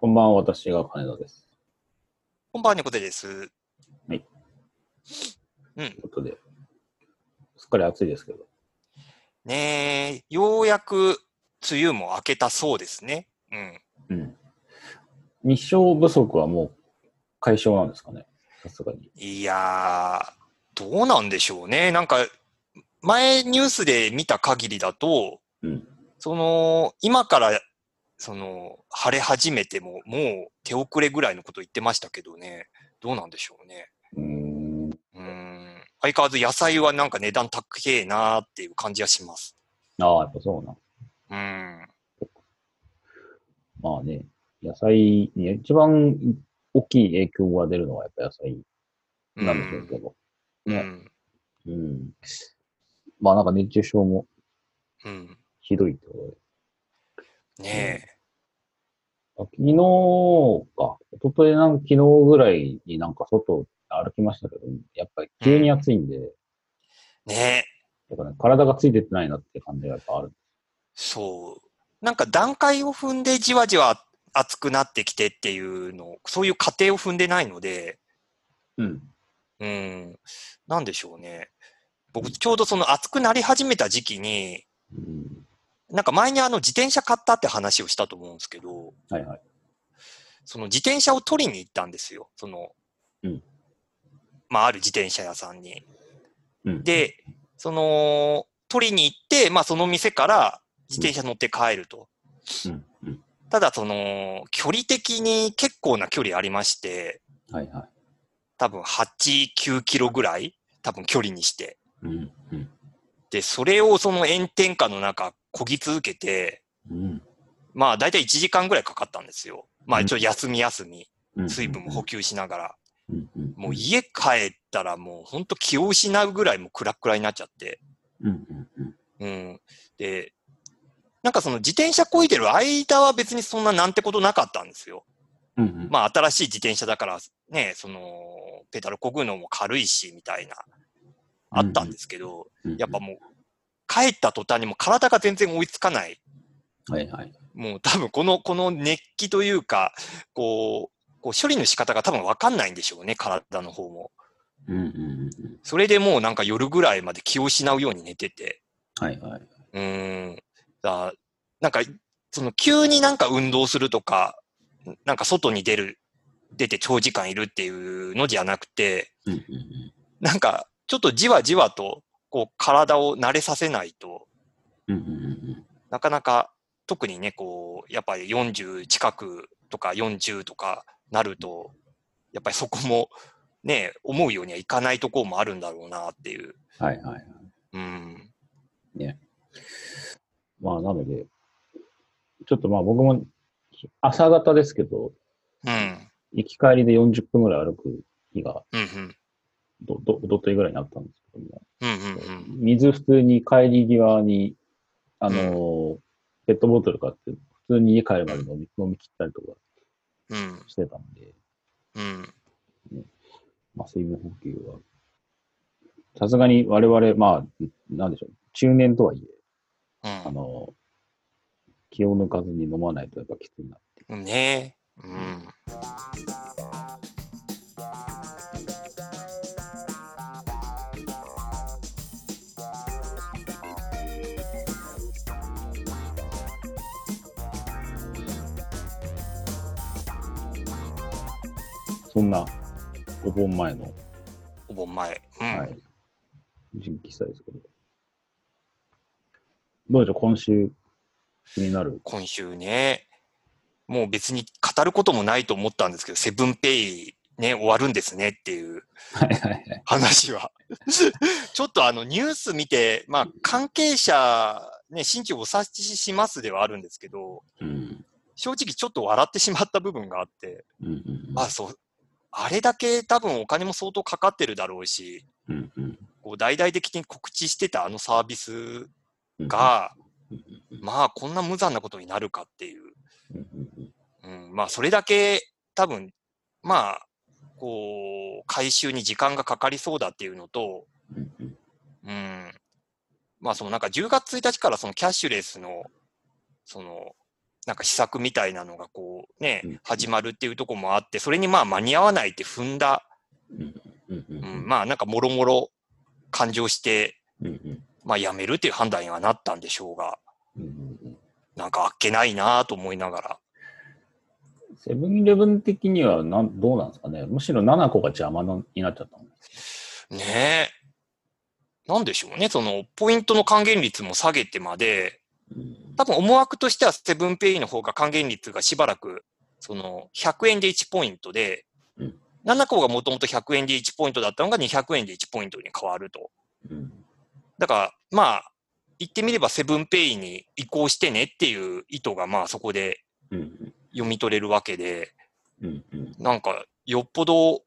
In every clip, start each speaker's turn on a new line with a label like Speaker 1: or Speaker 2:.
Speaker 1: こんばんは、私が金田です。
Speaker 2: こんばんは、猫手です。
Speaker 1: ということで、すっかり暑いですけど、
Speaker 2: ねえ、ようやく梅雨も明けたそうですね。うん。
Speaker 1: うん。日照不足はもう解消なんですかね、さすがに。
Speaker 2: いやー、どうなんでしょうね。なんか、前ニュースで見た限りだと、
Speaker 1: うん。
Speaker 2: その、今から、その、晴れ始めても、もう手遅れぐらいのこと言ってましたけどね。どうなんでしょうね。
Speaker 1: うーん。
Speaker 2: うーん。相変わらず野菜はなんか値段高えなーっていう感じはします。
Speaker 1: ああ、やっぱそうな。
Speaker 2: うん。
Speaker 1: まあね、野菜に一番大きい影響が出るのはやっぱ野菜
Speaker 2: うん
Speaker 1: なんでしょうけど。
Speaker 2: う
Speaker 1: ね
Speaker 2: ん。
Speaker 1: うん。まあなんか熱中症も
Speaker 2: うん。
Speaker 1: ひどいってことで。
Speaker 2: ねえ。
Speaker 1: あ昨日か、一昨日なん昨日ぐらいになんか外歩きましたけど、やっぱり急に暑いんで、
Speaker 2: ねえ。
Speaker 1: だから、ね、体がついてってないなって感じがやっぱある。
Speaker 2: そう。なんか段階を踏んでじわじわ熱くなってきてっていうの、そういう過程を踏んでないので、
Speaker 1: うん。
Speaker 2: うん、なんでしょうね。僕、ちょうどその熱くなり始めた時期に、
Speaker 1: うん、
Speaker 2: なんか前にあの自転車買ったって話をしたと思うんですけど、
Speaker 1: はいはい。
Speaker 2: その自転車を取りに行ったんですよ。その、
Speaker 1: うん
Speaker 2: まあ、ある自転車屋さんに。
Speaker 1: うん、
Speaker 2: で、その、取りに行って、まあ、その店から自転車乗って帰ると。
Speaker 1: うん、うん。
Speaker 2: ただその、距離的に結構な距離ありまして、
Speaker 1: はいは
Speaker 2: 多分8、9キロぐらい、多分距離にして。
Speaker 1: い。うん、うん。
Speaker 2: で、それをその炎天下の中、こぎ続けて、
Speaker 1: うん
Speaker 2: まあ大体1時間ぐらいかかったんですよ。まあ一応休み休み、
Speaker 1: うん。
Speaker 2: 水分も補給しながら。
Speaker 1: うん、うん。
Speaker 2: もう家帰ったらもうほんと気を失うぐらいもうクラックラになっちゃって。
Speaker 1: うん、うん、うん。
Speaker 2: うん。で、なんかその自転車こいでる間は別にそんななんてことなかったんですよ。
Speaker 1: うん、うん。
Speaker 2: まあ、新しい自転車だから、ね、その、ペダルこぐのも軽いし、みたいな、あったんですけど、
Speaker 1: うん
Speaker 2: やっぱ、もう、帰った途端にもう体が全然追いつかない。
Speaker 1: はいはい。
Speaker 2: もう多分この、この熱気というか、こう、こう処理の仕方が多分わかんないんでしょうね、体の方も。
Speaker 1: うん、うん、うんうん。
Speaker 2: それでもうなんか夜ぐらいまで気を失うように寝てて。
Speaker 1: はいはい。
Speaker 2: うーん。だなんか、その急になんか運動するとか、なんか外に出る、出て長時間いるっていうのじゃなくて、
Speaker 1: うん、うん、うん。
Speaker 2: なんか、ちょっとじわじわと、こう、体を慣れさせないと、
Speaker 1: うん、うんうん
Speaker 2: なかなか、特にね、こう、やっぱり40近くとか40とかなると、やっぱりそこも、ね、思うようにはいかないところもあるんだろうなっていう。
Speaker 1: うん。はいはい。
Speaker 2: うん。
Speaker 1: まあ、なので、ちょっとまあ僕も朝方ですけど、
Speaker 2: うん。
Speaker 1: 行き帰りで40分ぐらい歩く日が、
Speaker 2: うんうん。
Speaker 1: ど、ど、おとといぐらいになったんですけども、
Speaker 2: うんうんうん。
Speaker 1: 水普通に帰り際に、あのーペットボトル買って、普通に家帰るまで飲み飲み切ったりとか
Speaker 2: うん。
Speaker 1: してたんで、
Speaker 2: うん。
Speaker 1: まあ、水分補給は。さすがに我々、まあ、なんでしょう、中年とはいえ、
Speaker 2: う
Speaker 1: あのー気を抜かずに飲まないとやっぱきついな。
Speaker 2: ん。ねうん。
Speaker 1: そんな、お盆前の、
Speaker 2: お盆前。うん。
Speaker 1: はい、人気さですけど。どうでしょう、今週、気になる。
Speaker 2: 今週ね、もう別に語ることもないと思ったんですけど、セブンペイね、終わるんですねっていう
Speaker 1: はいはいはい。
Speaker 2: 話は。 ちょっとあのニュース見て、まあ関係者、ね、新規お察ししますではあるんですけど、
Speaker 1: うん。
Speaker 2: 正直ちょっと笑ってしまった部分があって、
Speaker 1: うんうん
Speaker 2: あ、そう、あれだけ多分お金も相当かかってるだろうし、
Speaker 1: うんうん
Speaker 2: こう大々的に告知してたあのサービス
Speaker 1: うん、
Speaker 2: が、
Speaker 1: うん
Speaker 2: まあこんな無残なことになるかっていう。
Speaker 1: うんうん
Speaker 2: うん、まあ、それだけ多分、まあ、こう、回収に時間がかかりそうだっていうのと、
Speaker 1: うんうん
Speaker 2: うん、まあ、そのなんか10月1日からそのキャッシュレスの、その、なんか施策みたいなのがこうね
Speaker 1: うん、
Speaker 2: 始まるっていうところもあって、それにまあ間に合わないって踏んだ、
Speaker 1: うんう
Speaker 2: うんん、まあなんかもろもろ感情して、
Speaker 1: うんうん
Speaker 2: まあやめるっていう判断にはなったんでしょうが、
Speaker 1: うんうん
Speaker 2: なんかあっけないなぁと思いながら。
Speaker 1: セブンイレブン的にはなんどうなんですかねむしろ7個が邪魔のになっちゃったの
Speaker 2: ねえ。なんでしょうね、そのポイントの還元率も下げてまで、
Speaker 1: うん
Speaker 2: 多分思惑としてはセブンペイの方が還元率がしばらく、その100円で1ポイントで
Speaker 1: うん、
Speaker 2: 7個がもともと100円で1ポイントだったのが200円で1ポイントに変わると。
Speaker 1: うん
Speaker 2: だから、まあ、言ってみればセブンペイに移行してねっていう意図がまあそこで
Speaker 1: うん
Speaker 2: 読み取れるわけで、
Speaker 1: うんうん
Speaker 2: なんかよっぽど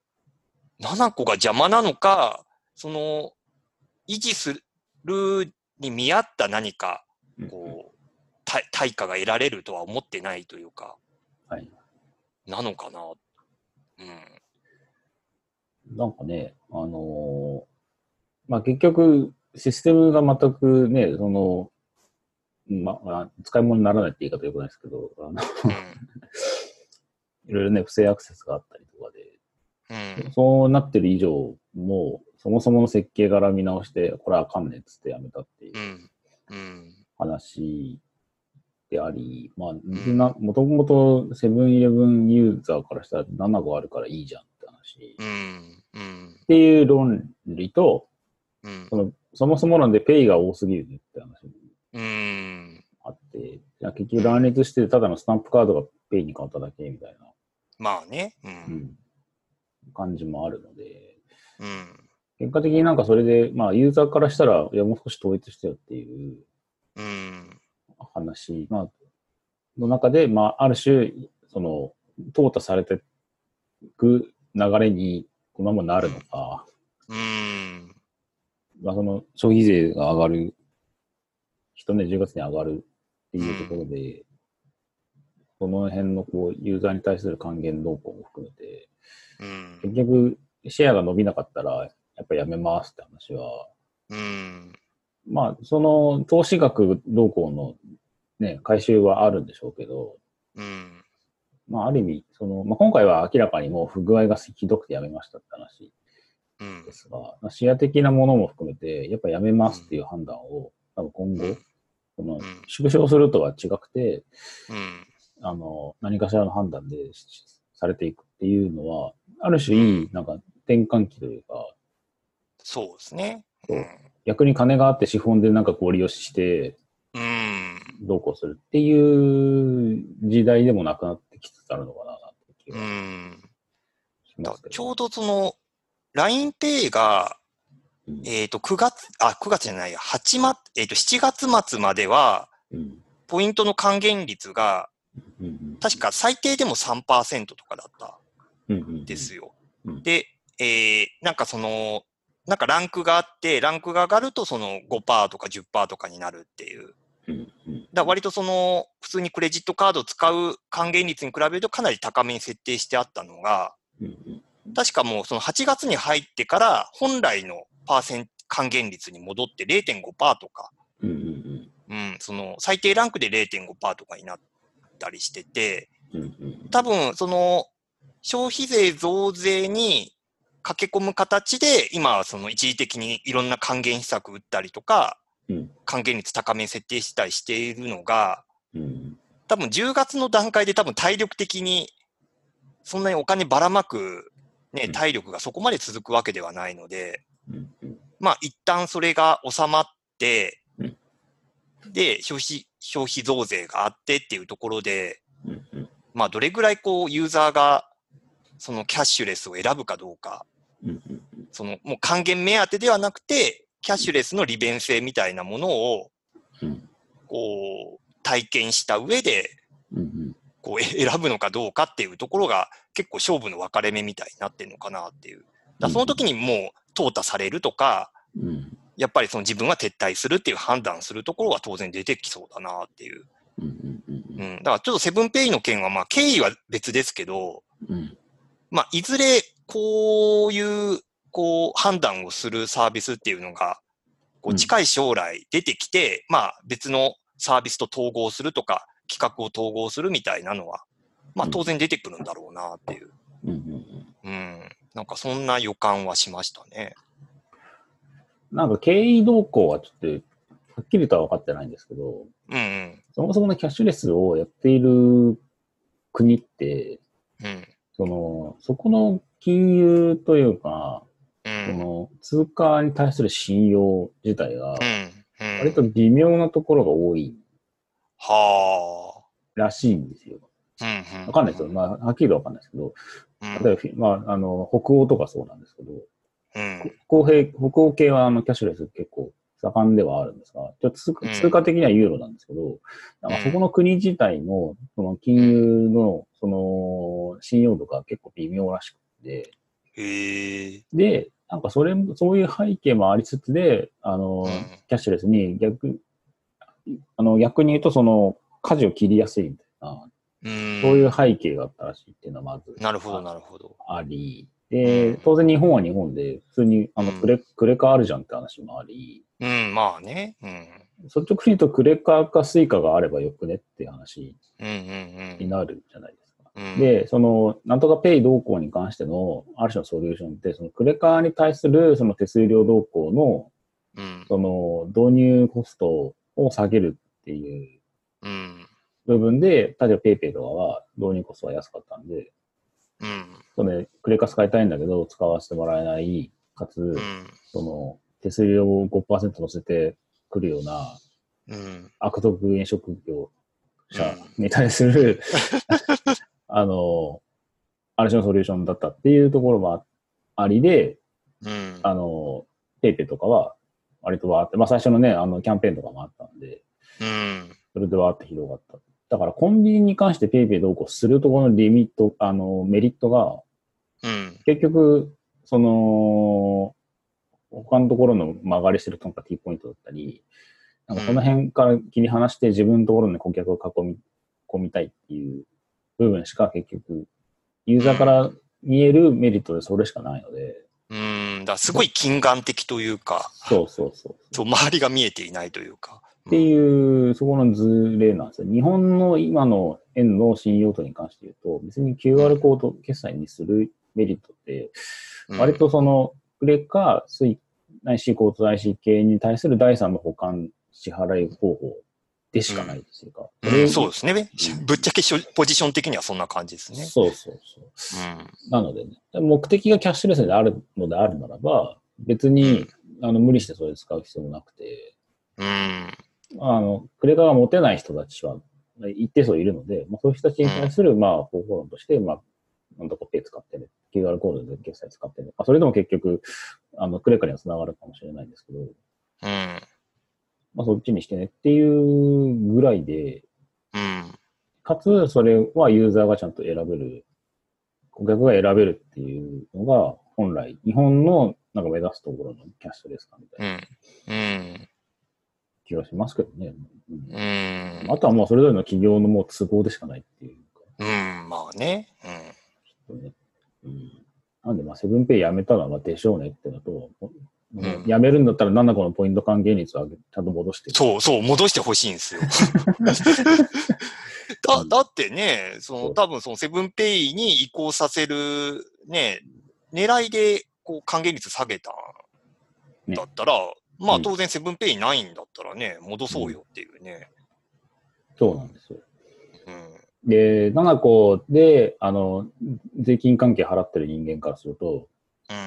Speaker 2: 7個が邪魔なのか、その維持するに見合った何か、
Speaker 1: うん
Speaker 2: こう、対対価が得られるとは思ってないというか、
Speaker 1: はい
Speaker 2: なのかな。うん。
Speaker 1: なんかね、あのーまあ、結局、システムが全くね、その、ま、あ使い物にならないって言い方よくないですけど、あの、いろいろね、不正アクセスがあったりとか
Speaker 2: うん。う
Speaker 1: で、
Speaker 2: ん。
Speaker 1: そうなってる以上、もう、そもそもの設計から見直して、これあかんねんっつってやめたっていう
Speaker 2: うん。うん。
Speaker 1: 話であり、まあ、な、もともとセブンイレブンユーザーからしたら7個あるからいいじゃんって話。
Speaker 2: う
Speaker 1: っ
Speaker 2: ん。うん。
Speaker 1: ていう論理と、
Speaker 2: うん
Speaker 1: そ。のそもそもなんでペイが多すぎるねって話も
Speaker 2: うん。
Speaker 1: あって、いや結局乱立してただのスタンプカードがペイに変わっただけみたいな、
Speaker 2: まあね。う。
Speaker 1: うんん、感じもあるので、
Speaker 2: うん。
Speaker 1: 結果的になんかそれで、まあユーザーからしたら、いやもう少し統一してよっていう
Speaker 2: うん。
Speaker 1: 話、まあ、の中で、まあある種、その、淘汰されていく流れにこのままなるのか、
Speaker 2: うん。
Speaker 1: まあ、その消費税が上がる、人ね、10月に上がるっていうところで、その辺のこうユーザーに対する還元動向も含めて、
Speaker 2: うん
Speaker 1: 結局、シェアが伸びなかったら、やっぱやめますって話は、
Speaker 2: うん。
Speaker 1: まあ、その投資額動向の、ね、回収はあるんでしょうけど、
Speaker 2: うん。
Speaker 1: まあ、ある意味、その、まあ、今回は明らかにもう不具合がひどくてやめましたって話
Speaker 2: うん
Speaker 1: で。すが、まあシェア的なものも含めて、やっぱやめますっていう判断を、多分今後、その
Speaker 2: ん
Speaker 1: 縮小するとは違くて、
Speaker 2: うん。
Speaker 1: あの、何かしらの判断でしされていくっていうのは、ある種いい、なんか転換期というか、
Speaker 2: そうですね。
Speaker 1: そう
Speaker 2: うん
Speaker 1: 逆に金があって資本でなんかこう利用して、
Speaker 2: うん。
Speaker 1: どうこうするっていう時代でもなくなってきつつあるのかな、って気
Speaker 2: う
Speaker 1: が
Speaker 2: ん。
Speaker 1: しますけど、
Speaker 2: ちょうどその、LINEPay が、
Speaker 1: うん
Speaker 2: えっ、と、9月、あ、9月じゃないや、8ま、えっ、と、7月末までは、
Speaker 1: うん
Speaker 2: ポイントの還元率が、
Speaker 1: うんうん
Speaker 2: 確か最低でも3%とかだった
Speaker 1: うんうん
Speaker 2: んですよ。
Speaker 1: うん
Speaker 2: で、えーなんかその、なんかランクがあって、ランクが上がると、その5%とか10%とかになるっていう。
Speaker 1: うんうん
Speaker 2: だから割とその普通にクレジットカードを使う還元率に比べるとかなり高めに設定してあったのが、
Speaker 1: うんうん
Speaker 2: 確かもうその8月に入ってから本来のパーセン還元率に戻って0.5%とか、
Speaker 1: うんうん
Speaker 2: うん、その最低ランクで0.5%とかになったりしてて、
Speaker 1: うんうん
Speaker 2: 多分その消費税増税に駆け込む形で、今はその一時的にいろんな還元施策打ったりとか、
Speaker 1: うん
Speaker 2: 還元率高めに設定したりしているのが、
Speaker 1: うん
Speaker 2: 多分10月の段階で多分体力的にそんなにお金ばらまく、ね、
Speaker 1: うん
Speaker 2: 体力がそこまで続くわけではないので、
Speaker 1: うんうん
Speaker 2: まあ一旦それが収まって
Speaker 1: うん、
Speaker 2: で、消費、消費増税があってっていうところで、
Speaker 1: うんうん
Speaker 2: まあどれぐらいこうユーザーがそのキャッシュレスを選ぶかどうか、
Speaker 1: うんうん
Speaker 2: そのもう還元目当てではなくて、キャッシュレスの利便性みたいなものを
Speaker 1: うん、
Speaker 2: こう体験した上で、
Speaker 1: うん
Speaker 2: こうえ選 ぶのかどうかっていうところが結構勝負の分かれ目みたいになってるのかなっていう。だからその時にもう淘汰されるとか、
Speaker 1: うんうん
Speaker 2: やっぱりその自分は撤退するっていう判断するところは当然出てきそうだなっていう。
Speaker 1: うんうんうんうん
Speaker 2: うん。だからちょっとセブンペイの件はまあ経緯は別ですけど、
Speaker 1: うん
Speaker 2: まあいずれこういうこう判断をするサービスっていうのが、こ
Speaker 1: う
Speaker 2: うん近い将来出てきて、まあ別のサービスと統合するとか、企画を統合するみたいなのは、まあ当然出てくるんだろうなっていう。
Speaker 1: うんうん
Speaker 2: うん。なんかそんな予感はしましたね。
Speaker 1: なんか経営動向はちょっと、はっきりとは分かってないんですけど、
Speaker 2: うん
Speaker 1: そもそものキャッシュレスをやっている国って、
Speaker 2: うん。うん。
Speaker 1: その、そこの金融というか、
Speaker 2: う
Speaker 1: そ
Speaker 2: ん。
Speaker 1: の通貨に対する信用自体が、
Speaker 2: うん。うん
Speaker 1: 割と微妙なところが多い
Speaker 2: は
Speaker 1: らしいんですよ。
Speaker 2: あ。うん。
Speaker 1: わかんないですよ。まあ、はっきりとはわかんないですけど、
Speaker 2: うん。
Speaker 1: 例えばフィ、まあ、あの、北欧とかそうなんですけど、
Speaker 2: うん。
Speaker 1: 公平、北欧系はあのキャッシュレス結構盛んではあるんですが、ちょっと通貨
Speaker 2: うん
Speaker 1: 通貨的にはユーロなんですけど、なんかそこの国自体のその金融のその信用度が結構微妙らしくて、
Speaker 2: へえ。
Speaker 1: で、なんかそれも、そういう背景もありつつで、あの、
Speaker 2: うん
Speaker 1: キャッシュレスに逆、あの、逆に言うとその、舵を切りやすいみたいな、
Speaker 2: うん。
Speaker 1: そういう背景があったらしいっていうのはまず、
Speaker 2: なるほど、なるほど。
Speaker 1: あり、
Speaker 2: う
Speaker 1: で
Speaker 2: ん、
Speaker 1: 当然日本は日本で、普通に、あの、
Speaker 2: うん
Speaker 1: クレ、クレカあるじゃんって話もあり、
Speaker 2: うん、まあね。うん。
Speaker 1: 率直に言うとクレカかスイカがあればよくねっていう話
Speaker 2: うんうんう
Speaker 1: に
Speaker 2: ん。
Speaker 1: なるじゃないですか。
Speaker 2: うん、
Speaker 1: で、その、なんとかペイ動向に関しての、ある種のソリューションって、そのクレカに対するその手数料動向の、
Speaker 2: うん。
Speaker 1: その、導入コストを下げるっていう
Speaker 2: うん。
Speaker 1: 部分で、例えばペイペイとかは導入コストは安かったんで、
Speaker 2: うん。
Speaker 1: そのね、クレカ使いたいんだけど、使わせてもらえない、かつ、
Speaker 2: うん。
Speaker 1: その、手数料を5%乗せてくるような
Speaker 2: うん。
Speaker 1: 悪徳飲食業者に対する、あの、ある種のソリューションだったっていうところもあありで、
Speaker 2: うん。
Speaker 1: あの、ペイペイとかは、割とわーって、まあ最初のね、あの、キャンペーンとかもあったんで、
Speaker 2: うん。
Speaker 1: それでわーって広がった。だからコンビニに関してペイペイどうこうするところのリミット、あの、メリットが、
Speaker 2: うん。
Speaker 1: 結局、その、他のところの曲がりしてるとか T ポイントだったり、なんかその辺から切り離して自分のところの顧客を囲み、込みたいっていう部分しか結局、ユーザーから見えるメリットでそれしかないので、
Speaker 2: うん。だからすごい近眼的というか、
Speaker 1: そうそうそう。
Speaker 2: そう周りが見えていないというか。
Speaker 1: っていう、そこのズレなんですよ。日本の今の円の信用度に関して言うと、別に QR コード決済にするメリットって、
Speaker 2: うん
Speaker 1: 割とその、クレカ、スイ、ないし、交通 IC 系に対する第三の保管支払い方法でしかないですよ。
Speaker 2: うん、そうですね
Speaker 1: う。ん
Speaker 2: ぶっちゃけしょポジション的にはそんな感じですね。
Speaker 1: そうそうそう。なのでね、目的がキャッシュレスであるのであるならば、別に、あの、無理してそれ使う必要もなくて、
Speaker 2: うん。うん。
Speaker 1: あの、クレカが持てない人たちは、一定数いるので、まあ、そういう人たちに対する、まあ、方法論として、まあ、なんとかペイ使ってね、QR コードで決済使ってね、まあ、それでも結局、あの、クレカには繋がるかもしれないんですけど、
Speaker 2: うん。
Speaker 1: まあ、そっちにしてねっていうぐらいで、
Speaker 2: うん。
Speaker 1: かつ、それはユーザーがちゃんと選べる、顧客が選べるっていうのが、本来、日本のなんか目指すところのキャッシュレス化みたいな
Speaker 2: うん。うん。
Speaker 1: 気がしますけどね。うん
Speaker 2: うん。
Speaker 1: あとはもうそれぞれの企業のもう都合でしかないっていうか。
Speaker 2: うん。まあね。
Speaker 1: ね。うん。なんで、まあ、セブンペイやめたら、まあ、でしょうねってのと、
Speaker 2: ん
Speaker 1: もうやめるんだったら、なんだこのポイント還元率を上げちゃんと戻して。
Speaker 2: そうそう、戻してほしいん ですよ。だ、だってね、その、多分そのセブンペイに移行させる、ね、狙いで、こう、還元率下げたん
Speaker 1: ね
Speaker 2: だったら、ま
Speaker 1: う
Speaker 2: あ
Speaker 1: ん
Speaker 2: 当然セブンペイないんだったらね、戻そうよっていうね。
Speaker 1: そうなんですよ。
Speaker 2: うん。
Speaker 1: で、7個で、あの、税金関係払ってる人間からすると、
Speaker 2: うん。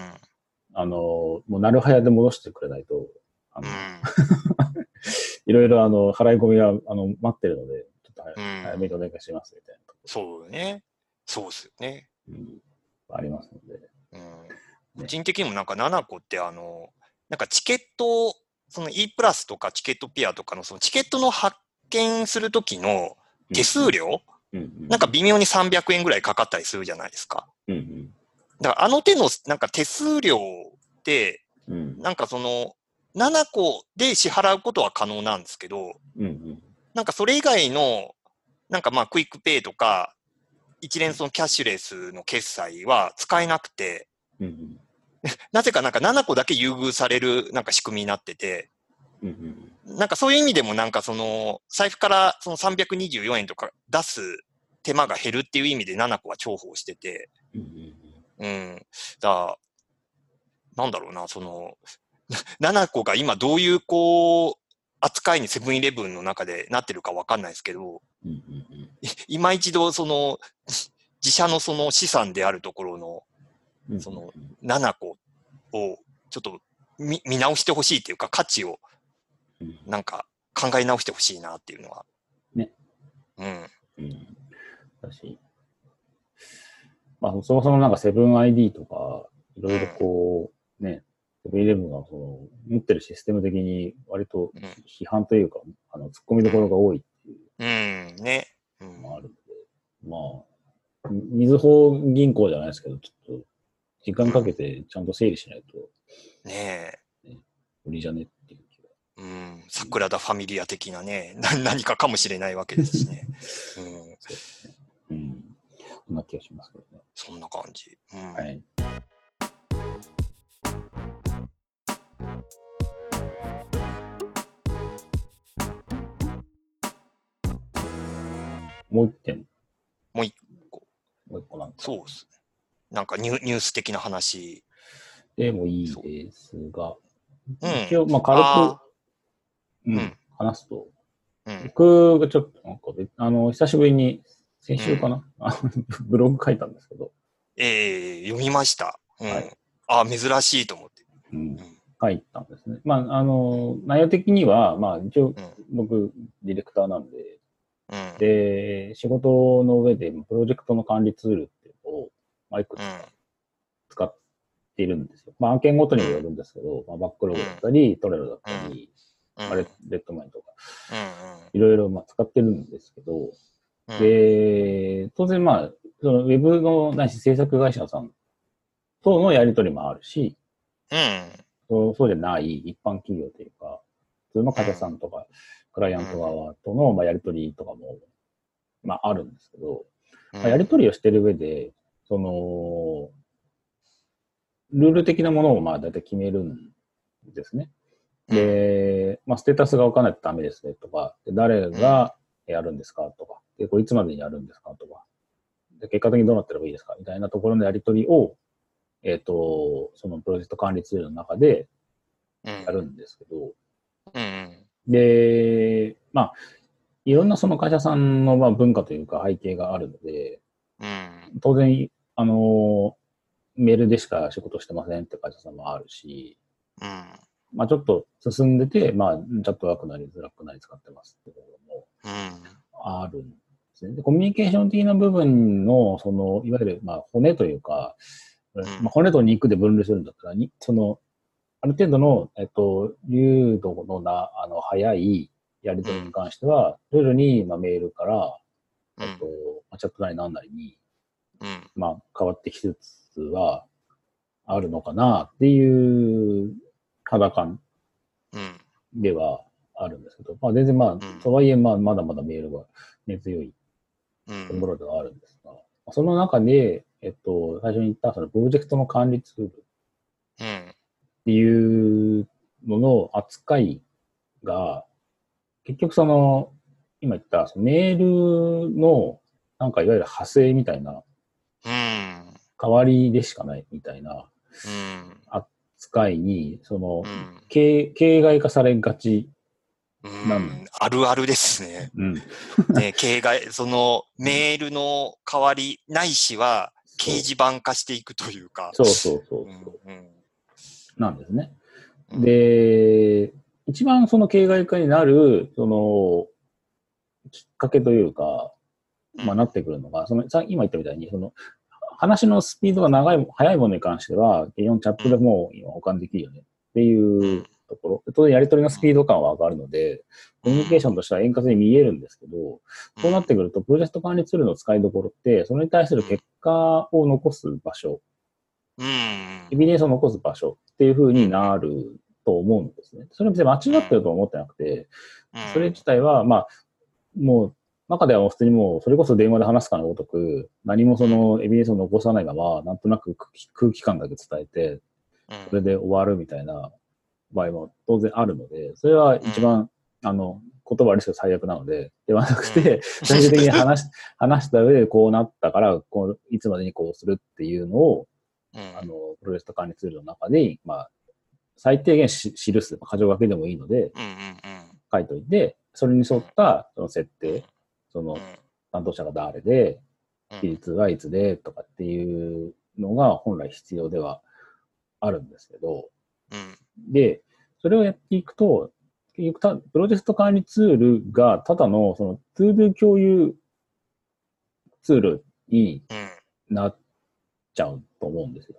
Speaker 1: あの、もう、なるはやで戻してくれないと、あ
Speaker 2: う
Speaker 1: の、
Speaker 2: ん。
Speaker 1: いろいろ、あの、払い込みが、あの、待ってるので、ちょっと早,、
Speaker 2: うん
Speaker 1: 早めにお願いします、みたいなとこ
Speaker 2: そうね。そうですよね。
Speaker 1: うんありますので。
Speaker 2: うん。個人的にもなんか7個ってあの、なんかチケットを、その E プラスとかチケットピアとかのそのチケットの発券するときの手数料、
Speaker 1: うんうん。
Speaker 2: なんか、微妙に300円ぐらいかかったりするじゃないですか。
Speaker 1: うんうん。
Speaker 2: だからあの手のなんか手数料って、
Speaker 1: うん
Speaker 2: なんかその7個で支払うことは可能なんですけど、
Speaker 1: うんうん。
Speaker 2: なんかそれ以外の、なんかまあクイックペイとか、一連そのキャッシュレスの決済は使えなくて、
Speaker 1: うんうん。
Speaker 2: なぜかなんか7個だけ優遇されるなんか仕組みになってて、
Speaker 1: うんうん。
Speaker 2: なんかそういう意味でもなんかその財布からその324円とか出す手間が減るっていう意味で7個は重宝してて、
Speaker 1: うんうん
Speaker 2: うん。だなんだろうな、その、7個が今どういうこう、扱いにセブンイレブンの中でなってるかわかんないですけど、
Speaker 1: うんうんうん
Speaker 2: 今一度その、自社のその資産であるところの
Speaker 1: うん
Speaker 2: その7個をちょっと見見直してほしいっていうか価値を
Speaker 1: うん
Speaker 2: なんか考え直してほしいなっていうのは。
Speaker 1: ね。
Speaker 2: うん。
Speaker 1: うん。だし、まあ、そもそもなんかセブン ID とか、いろいろこう、ね、セブンイレブンがその持ってるシステム的に割と
Speaker 2: うん
Speaker 1: 批判というか、あの、突っ込みどころが多いっていう
Speaker 2: うん。ね。うん
Speaker 1: のもあるんで、まあ、みずほ銀行じゃないですけど、ちょっと、時間かけてちゃんと整理しないと
Speaker 2: ねえ。
Speaker 1: 無理じゃねっていう気が。
Speaker 2: うん。桜田ファミリア的なね、 な何かかもしれないわけですし ね。うん。
Speaker 1: うん。そんな気がしますけどね。
Speaker 2: そんな感じ。うん。
Speaker 1: はい。もう一点。
Speaker 2: もう一個。
Speaker 1: もう一個なんか
Speaker 2: そうですね。なんかニュニュース的な話。
Speaker 1: でもいいですが、
Speaker 2: うん
Speaker 1: 一応、まあ、
Speaker 2: あ
Speaker 1: 軽く、う
Speaker 2: ーうん
Speaker 1: ん、話すと、
Speaker 2: うん。
Speaker 1: 僕がちょっと、なんか別、あの、久しぶりに、先週かな、あのブログ書いたんですけど、
Speaker 2: ええ読みました。うん。
Speaker 1: はい
Speaker 2: あ、珍しいと思って。
Speaker 1: うん
Speaker 2: うん
Speaker 1: 書いたんですね。まあ、あの、内容的には、まあ、一応、
Speaker 2: うん。
Speaker 1: 僕、ディレクターなんで、
Speaker 2: うん。
Speaker 1: で、仕事の上で、プロジェクトの管理ツールっていうのを、まあ、いくつ
Speaker 2: うん
Speaker 1: か。使っているんですよ。まあ、案件ごとにもよるんですけど、まあ、バックログだったり、トレロだったり、
Speaker 2: うん
Speaker 1: まあレレッドマインとか、
Speaker 2: うん。
Speaker 1: いろいろまあ使ってるんですけど、
Speaker 2: うん。
Speaker 1: で、当然まあ、そのウェブのないし制作会社さんとのやり取りもあるし、
Speaker 2: う
Speaker 1: そうそうじゃない一般企業というか、普通の会社さんとか、クライアント側とのまあやり取りとかも、まああるんですけど、
Speaker 2: ん。
Speaker 1: まあやり取りをしてる上で、その、ルール的なものをまあ大体決めるんですね。で、まあ、ステータスが分からないとダメですねとか、で誰がやるんですかとか、でこれいつまでにやるんですかとか、で結果的にどうなったらいいですかみたいなところのやり取りを、えっ、と、そのプロジェクト管理ツールの中で
Speaker 2: うん。
Speaker 1: やるんですけど、
Speaker 2: うん。
Speaker 1: で、まあ、いろんなその会社さんのまあ文化というか背景があるので、
Speaker 2: うん。
Speaker 1: 当然、あの、メールでしか仕事してませんって会社さんもあるし、
Speaker 2: うん。
Speaker 1: まあちょっと進んでて、まあチャットワークなりづらくなり使ってますっていうのも
Speaker 2: うん。
Speaker 1: あるんですね。で、コミュニケーション的な部分の、その、いわゆる、まあ骨というか、
Speaker 2: ん
Speaker 1: まあ、骨と肉で分類するんだったら、にその、ある程度の、えっと、流動のな、あの、早いやり取りに関しては、徐々に、まあ、メールから、
Speaker 2: う
Speaker 1: え
Speaker 2: ん
Speaker 1: っと。、まあチャットなりなんなりに、
Speaker 2: うん。
Speaker 1: まあ、変わってきつつはあるのかなっていう肌感
Speaker 2: うん。
Speaker 1: ではあるんですけど、まあ、全然まあ、
Speaker 2: ん
Speaker 1: とはいえ、まあ、まだまだメールが根強い
Speaker 2: うん。
Speaker 1: ところではあるんですが、その中で、えっと、最初に言った、そのプロジェクトの管理ツールっ
Speaker 2: うん。
Speaker 1: ていうのの扱いが、結局その、今言った、そのメールの、なんかいわゆる派生みたいな、
Speaker 2: うん。
Speaker 1: 代わりでしかないみたいな
Speaker 2: うん。
Speaker 1: 扱いに、その、
Speaker 2: うん。
Speaker 1: 形形骸化されがち、
Speaker 2: うん、あるあるですね。
Speaker 1: うん、
Speaker 2: ね、形骸、そのメールの代わりないしは掲示板化していくというか。
Speaker 1: そうそうそう
Speaker 2: う、ん。うん。
Speaker 1: なんですね。
Speaker 2: うん、
Speaker 1: で、一番その形骸化になる、その、きっかけというか、まあ、なってくるのが、その、さ今言ったみたいに、その、話のスピードが長い、速いものに関しては、4チャットでもう今保管できるよねっていうところ。当然やり取りのスピード感は上がるので、コミュニケーションとしては円滑に見えるんですけど、そうなってくると、プロジェクト管理ツールの使いどころって、それに対する結果を残す場所、
Speaker 2: うん。
Speaker 1: エビデンスを残す場所っていう風になると思うんですね。それは別に間違ってるとは思ってなくて、
Speaker 2: うん
Speaker 1: それ自体は、まあ、もう、中ではもう普通にもう、それこそ電話で話すかのごとく、何もそのエビデンスを残さないまま、なんとなく空気空気感だけ伝えて、
Speaker 2: うん
Speaker 1: それで終わるみたいな場合も当然あるので、それは一番あの、言葉あれしか最悪なので、ではなくて、最終的に話し、 話した上でこうなったから、こう、いつまでにこうするっていうのを、
Speaker 2: うん
Speaker 1: あの、プロジェクト管理ツールの中に、まあ、最低限し記す、箇条書きでもいいので、
Speaker 2: うんうん
Speaker 1: 書いといて、それに沿った、その設
Speaker 2: うん
Speaker 1: 定、その
Speaker 2: うん、
Speaker 1: 担当者が誰で、
Speaker 2: うん
Speaker 1: 比率はいつで、とかっていうのが本来必要ではあるんですけど、
Speaker 2: うん
Speaker 1: で、それをやっていくと、結局たプロジェクト管理ツールが、ただの、その、ツール共有ツールに
Speaker 2: うん
Speaker 1: なっちゃうと思うんですよ。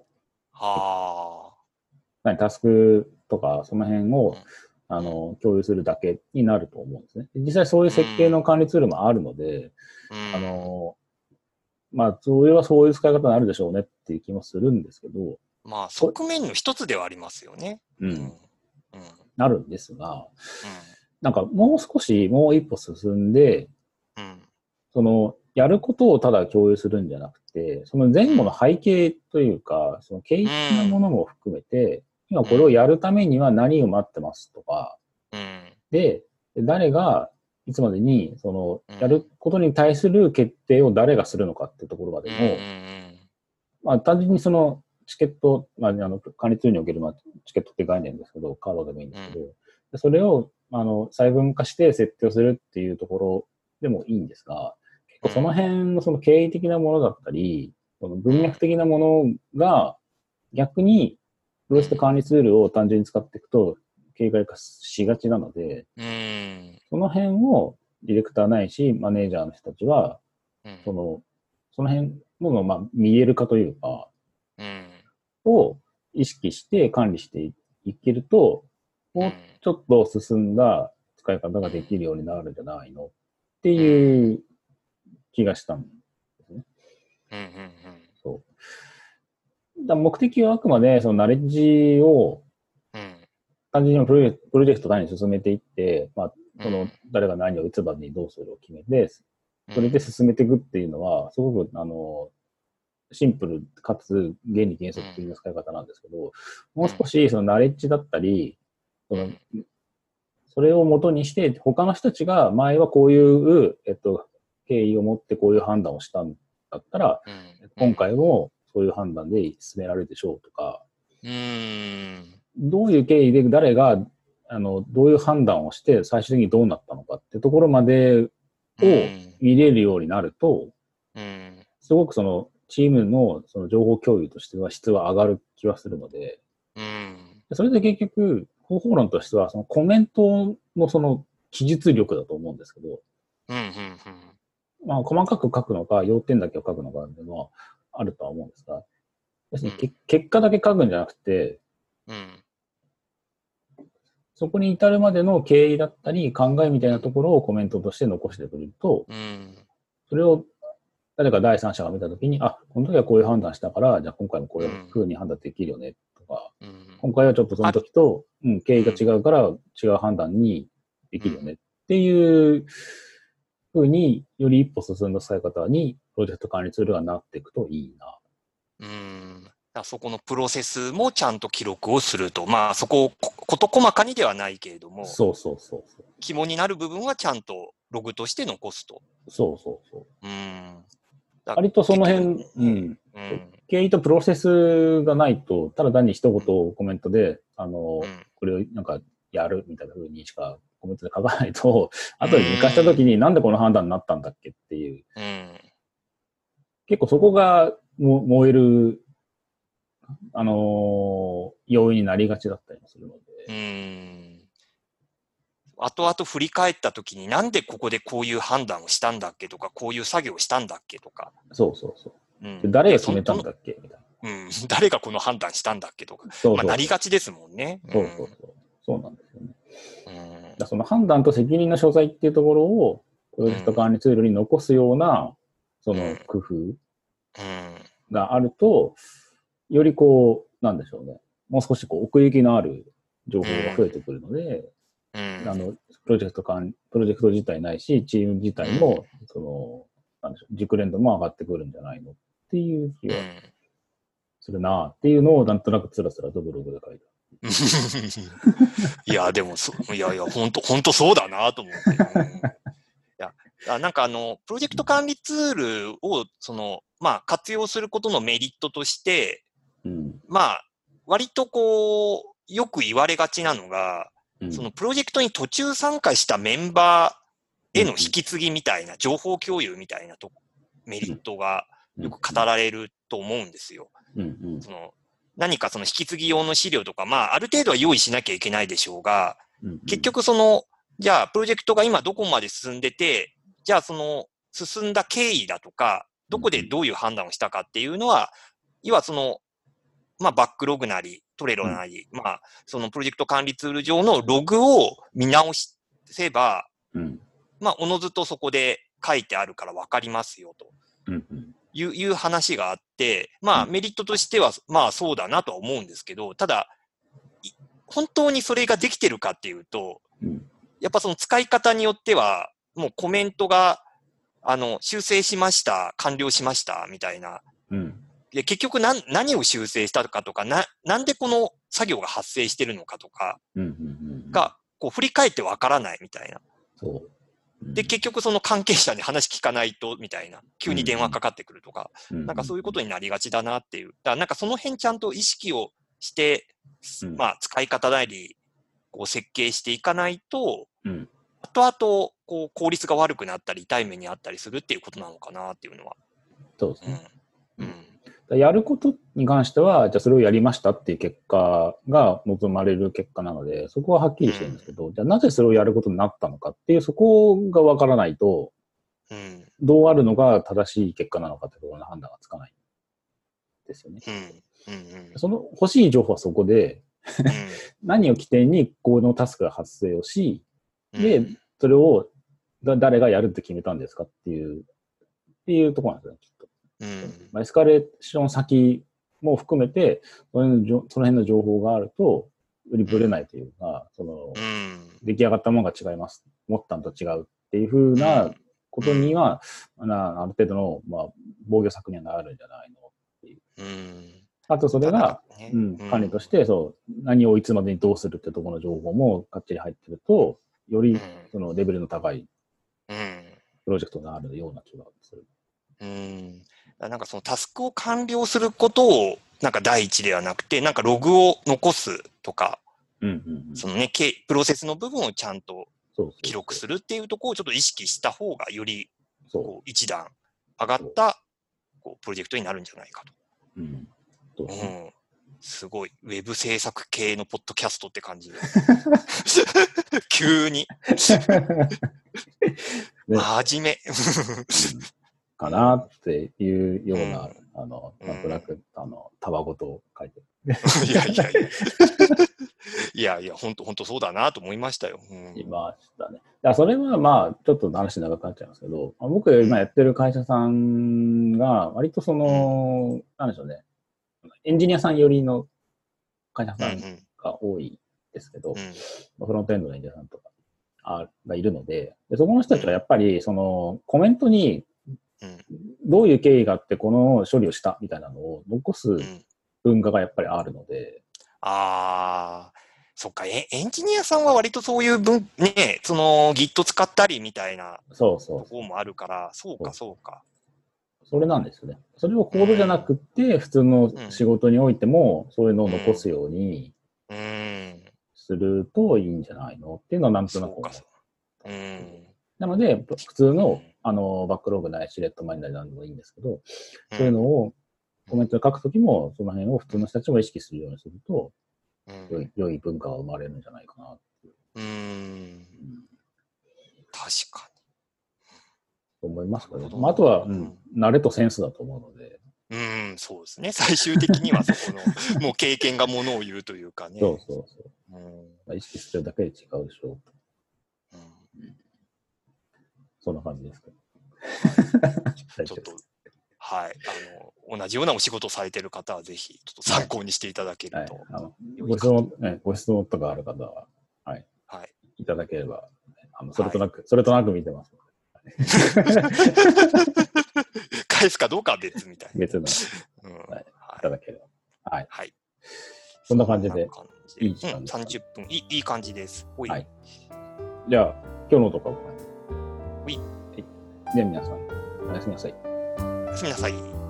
Speaker 2: は
Speaker 1: 何タスクとか、その辺を
Speaker 2: うん、
Speaker 1: あの、共有するだけになると思うんですね。実際そういう設計の管理ツールもあるので、
Speaker 2: あ。うん
Speaker 1: あ、の、まあ、それはそういう使い方になるでしょうねっていう気もするんですけど、
Speaker 2: まあ、側面の一つではありますよね。
Speaker 1: う
Speaker 2: うんん。うん。
Speaker 1: なるんですが、なんかもう少し、もう一歩進んで、
Speaker 2: うん。
Speaker 1: その、やることをただ共有するんじゃなくて、その前後の背景というか、その経緯的なものも含めて、今これをやるためには何を待ってますとか、
Speaker 2: うん。
Speaker 1: で、誰が、いつまでに、そ
Speaker 2: うん
Speaker 1: の、やることに対する決定を誰がするのかっていうところまで
Speaker 2: うん。
Speaker 1: も、まあ、単純にそのチケット、まあ、あの管理ツールにおける、まあ、チケットって概念ですけど、カードでもいいんですけど、でそれをあの細分化して設定をするっていうところでもいいんですが、結構その辺のその経緯的なものだったり、その文脈的なものが逆にプロジェクト管理ツールを単純に使っていくと、形骸化しがちなので、
Speaker 2: うん。うん。
Speaker 1: その辺をディレクターないし、マネージャーの人たちは、
Speaker 2: うん
Speaker 1: その、その辺の、まあ、見える化というか、
Speaker 2: うん。
Speaker 1: を意識して管理していけると、
Speaker 2: う
Speaker 1: もうんちょっと進んだ使い方ができるようになるんじゃないのっていう気がしたんですね。
Speaker 2: うんうん
Speaker 1: そう。だから目的はあくまで、そのナレッジを
Speaker 2: うんうん
Speaker 1: 単純にプロジェクトプロジェクト単に進めていって、まあ、そ
Speaker 2: うん
Speaker 1: の誰が何をいつまでにどうするを決めて、
Speaker 2: うん
Speaker 1: それで進めていくっていうのは、すごく、あの、シンプルかつ原理原則的な使い方なんですけど、もう少しそのナレッジだったり、そのそれを元にして、他の人たちが前はこういう、えっと、経緯を持ってこういう判断をしたんだったら、
Speaker 2: うん
Speaker 1: 今回もそういう判断で進められるでしょうとか、
Speaker 2: うん
Speaker 1: どういう経緯で誰が、あの、どういう判断をして最終的にどうなったのかってところまで
Speaker 2: う
Speaker 1: を
Speaker 2: ん
Speaker 1: 見れるようになると、
Speaker 2: うん
Speaker 1: すごくそのチームのその情報共有としては質は上がる気はするので、
Speaker 2: うん
Speaker 1: それで結局、方法論としては、そのコメントのその記述力だと思うんですけど、
Speaker 2: うんうんうん
Speaker 1: まあ、細かく書くのか、要点だけを書くのかっていうのはあるとは思うんですが、要するにけ、結果だけ書くんじゃなくて、
Speaker 2: うん
Speaker 1: そこに至るまでの経緯だったり、考えみたいなところをコメントとして残してくれると、
Speaker 2: うん
Speaker 1: それを誰か第三者が見たときに、あ、この時はこういう判断したから、じゃあ今回もこういうふうに判断できるよね、とか、
Speaker 2: うん
Speaker 1: 今回はちょっとその時と、うん、経緯が違うから違う判断にできるよねっていうふうにより一歩進んだ使い方にプロジェクト管理ツールがなっていくといいな。
Speaker 2: うんだからそこのプロセスもちゃんと記録をすると、まあ、そこをこ事細かにではないけれども、
Speaker 1: そうそうそうそう。
Speaker 2: 肝になる部分はちゃんとログとして残すと。
Speaker 1: そうそうそう。
Speaker 2: うん。だ
Speaker 1: 割とその
Speaker 2: 結
Speaker 1: 辺、
Speaker 2: 局
Speaker 1: う、
Speaker 2: うんうん。
Speaker 1: 経緯とプロセスがないと、ただ単に一言コメントで、あの
Speaker 2: う、ん
Speaker 1: これをなんかやるみたいな風にしかコメントで書かないと、 後で見返した時になんでこの判断になったんだっけっていう
Speaker 2: うん。
Speaker 1: 結構そこがも燃える、あのー要因になりがちだったりもするの
Speaker 2: う
Speaker 1: で。
Speaker 2: ん。後々振り返った時に、なんでここでこういう判断をしたんだっけとか、こういう作業をしたんだっけとか。
Speaker 1: そうそうそうう。で
Speaker 2: ん、
Speaker 1: 誰が決めたん
Speaker 2: そ
Speaker 1: だっけみたい
Speaker 2: のうん。 誰がこの判断したんだっけとか。
Speaker 1: な。そうそ
Speaker 2: まあ、
Speaker 1: う。
Speaker 2: なりがちですもんね。
Speaker 1: そうそうそう。そうなんですよね。
Speaker 2: うん
Speaker 1: だからその判断と責任の所在っていうところを、プロジェクト管理ツールに残すような、その工夫
Speaker 2: うん。
Speaker 1: があると、よりこう、なんでしょうね。もう少しこう奥行きのある情報が増えてくるので、
Speaker 2: うん。
Speaker 1: あの、プロジェクト管プロジェクト自体ないし、チーム自体も、その、なんでしょう、熟練度も上がってくるんじゃないのっていう気
Speaker 2: う
Speaker 1: が
Speaker 2: ん
Speaker 1: するなっていうのを、なんとなくつらつらとブログで書いて
Speaker 2: いや、でもそ、いやいや、本当本当そうだなと思って。うんいやあなんかあの、プロジェクト管理ツールを、その、まあ、活用することのメリットとして、
Speaker 1: うん。
Speaker 2: まあ、割とこう、よく言われがちなのが、
Speaker 1: うん
Speaker 2: そのプロジェクトに途中参加したメンバーへの引き継ぎみたいな、情報共有みたいなとメリットがよく語られると思うんですよ。
Speaker 1: うんうん
Speaker 2: その何かその引き継ぎ用の資料とか、まあ、ある程度は用意しなきゃいけないでしょうが、
Speaker 1: うん。
Speaker 2: 結局その、じゃあ、プロジェクトが今どこまで進んでて、じゃあその進んだ経緯だとか、どこでどういう判断をしたかっていうのは、要はその、まあ、バックログなり、トレロなり、まあ、そのプロジェクト管理ツール上のログを見直せば、
Speaker 1: うん、
Speaker 2: まあ、おのずとそこで書いてあるから分かりますよと。
Speaker 1: うんうん。
Speaker 2: いういう話があって、まあ
Speaker 1: う
Speaker 2: メリットとしては、まあそうだなとは思うんですけど、ただ、い本当にそれができてるかっていうと、
Speaker 1: うん
Speaker 2: やっぱその使い方によっては、もうコメントが、あの、修正しました、完了しました、みたいな。
Speaker 1: うん。
Speaker 2: で結局何何を修正したかとかな、なんでこの作業が発生してるのかとか
Speaker 1: うん。うん。
Speaker 2: が、こう振り返ってわからないみたいな。
Speaker 1: そう。
Speaker 2: で、結局その関係者に話聞かないと、みたいな。急に電話かかってくるとか。
Speaker 1: 局、
Speaker 2: なんかそういうこと
Speaker 1: に、
Speaker 2: になりがちだなっていう。だからなんかその辺ちゃんと意識をして、
Speaker 1: うん
Speaker 2: まあ使い方なり、こう設計していかないと、
Speaker 1: うん
Speaker 2: 後々こう効率が悪くなったり、痛い目にあったりするっていうことなのかなっていうのは。
Speaker 1: そうです
Speaker 2: う
Speaker 1: ね。
Speaker 2: ん。う
Speaker 1: うん
Speaker 2: ん。
Speaker 1: やることに関しては、じゃあそれをやりましたっていう結果が望まれる結果なので、そこははっきりしてるんですけど、じゃあなぜそれをやることになったのかっていう、そこがわからないと、
Speaker 2: うん。
Speaker 1: どうあるのが正しい結果なのかってところの判断がつかないですよね。
Speaker 2: うん。うん。
Speaker 1: その欲しい情報はそこで、何を起点にこのタスクが発生をし、
Speaker 2: うん
Speaker 1: で、それをだ誰がやるって決めたんですかっていう、っていうところなんですよね、きっと。
Speaker 2: うん。
Speaker 1: まあエスカレーション先も含めて、その辺の情その辺の情報があると、よりぶれないというか、その、
Speaker 2: うん。
Speaker 1: 出来上がったものが違います。思ったのと違うっていうふうなことには、なある程度の、まあ、防御策にはなるんじゃないの。
Speaker 2: うん。
Speaker 1: あと、それが、、
Speaker 2: ね
Speaker 1: うん、管理として、そう、何をいつまでにどうするってところの情報もかっちり入ってると、よ
Speaker 2: うん
Speaker 1: り、その、レベルの高い
Speaker 2: うん。
Speaker 1: プロジェクトがあるような気がする。
Speaker 2: うん。なんかそのタスクを完了することを、なんか第一ではなくて、なんかログを残すとか、
Speaker 1: うんうんうん。
Speaker 2: そのね、けプロセスの部分をちゃんと
Speaker 1: そう
Speaker 2: 記録す
Speaker 1: る。
Speaker 2: るっていうところをちょっと意識した方が、より
Speaker 1: そ
Speaker 2: こう一段上がったこうプロジェクトになるんじゃないか
Speaker 1: う。うん。そう
Speaker 2: と。
Speaker 1: です
Speaker 2: う
Speaker 1: ね
Speaker 2: ん。すごい。ウェブ制作系のポッドキャストって感 じ。急に。
Speaker 1: ね
Speaker 2: 真面
Speaker 1: かなっていうような、あの、
Speaker 2: うん
Speaker 1: なんとなく、あの、たわごと書いてる。
Speaker 2: 目。いやいやいや。いやいや、本当本当そうだなと思いましたよ。うん
Speaker 1: いましたね。だからそれはまあ、ちょっと話長くなっちゃいますけど、まあ僕が今やってる会社さんが、割とその、なんでしょうね、エンジニアさん寄りの会社
Speaker 2: うん
Speaker 1: さんが多いですけど、
Speaker 2: うんうん
Speaker 1: フロントエンドのエンジニアさんとかあがいるのでで、そこの人たちはやっぱり、その、コメントに
Speaker 2: うん、
Speaker 1: どういう経緯があって、この処理をしたみたいなのを残す
Speaker 2: うん
Speaker 1: 文化がやっぱりあるので、
Speaker 2: ああ、そっか、エエンジニアさんは割とそういう分、ね、その Git 使ったりみたいな
Speaker 1: そうそ
Speaker 2: と
Speaker 1: う
Speaker 2: ころもあるから、そうか、そうか。
Speaker 1: それなんですよね。それをコードじゃなくって、普通の仕事においても、そういうのを残すように
Speaker 2: うーん、
Speaker 1: するといいんじゃないのっていうのはなんとなく
Speaker 2: そう
Speaker 1: 思
Speaker 2: か、
Speaker 1: う
Speaker 2: そう。うーん。
Speaker 1: なので、普通
Speaker 2: う
Speaker 1: の
Speaker 2: ん、
Speaker 1: あの、バックログなり、シレットマインなりなんでもいいんですけど、
Speaker 2: ん
Speaker 1: そういうのをコメントで書くときも、その辺を普通の人たちも意識するようにすると、
Speaker 2: うん
Speaker 1: 良い良い文化が生まれるんじゃないかな。
Speaker 2: うーん、
Speaker 1: うん
Speaker 2: 確か
Speaker 1: と思いますけ
Speaker 2: なる
Speaker 1: ど、
Speaker 2: ほど
Speaker 1: まあ、あとは、う
Speaker 2: うん
Speaker 1: ん、慣れとセンスだと思うので、
Speaker 2: に。うーん、そうですね。 最終的にはそこ の、もう経験がものを言うというかね。
Speaker 1: そうそうそう。
Speaker 2: うん。
Speaker 1: まあ意識するだけで違うでしょう。
Speaker 2: うん
Speaker 1: そんな感じですけど。大 丈
Speaker 2: ちょっ
Speaker 1: 夫
Speaker 2: と、はい。あの、同じようなお仕事をされてる方は、ぜひ、ちょっと参考にしていただけ
Speaker 1: は
Speaker 2: る
Speaker 1: い
Speaker 2: と。、
Speaker 1: あの
Speaker 2: 良い
Speaker 1: ご
Speaker 2: か
Speaker 1: 質問、ね、ご質問とかある方は
Speaker 2: はい。
Speaker 1: いただければ、あのそれとなく、それとなく見てます。
Speaker 2: 返すかどうかは別みたいな。
Speaker 1: 別のい
Speaker 2: うん
Speaker 1: はい
Speaker 2: は
Speaker 1: た
Speaker 2: い
Speaker 1: だければ。はい。
Speaker 2: はい。
Speaker 1: そんな感じで
Speaker 2: そんな感じじで。
Speaker 1: いい時間
Speaker 2: うん、
Speaker 1: ですか
Speaker 2: 30分いい。いい感じです。ほい。
Speaker 1: はいじゃあ、今日のとこはこれ。
Speaker 2: い
Speaker 1: はい。では皆さん、おやすみなさい。
Speaker 2: おやすみなさい。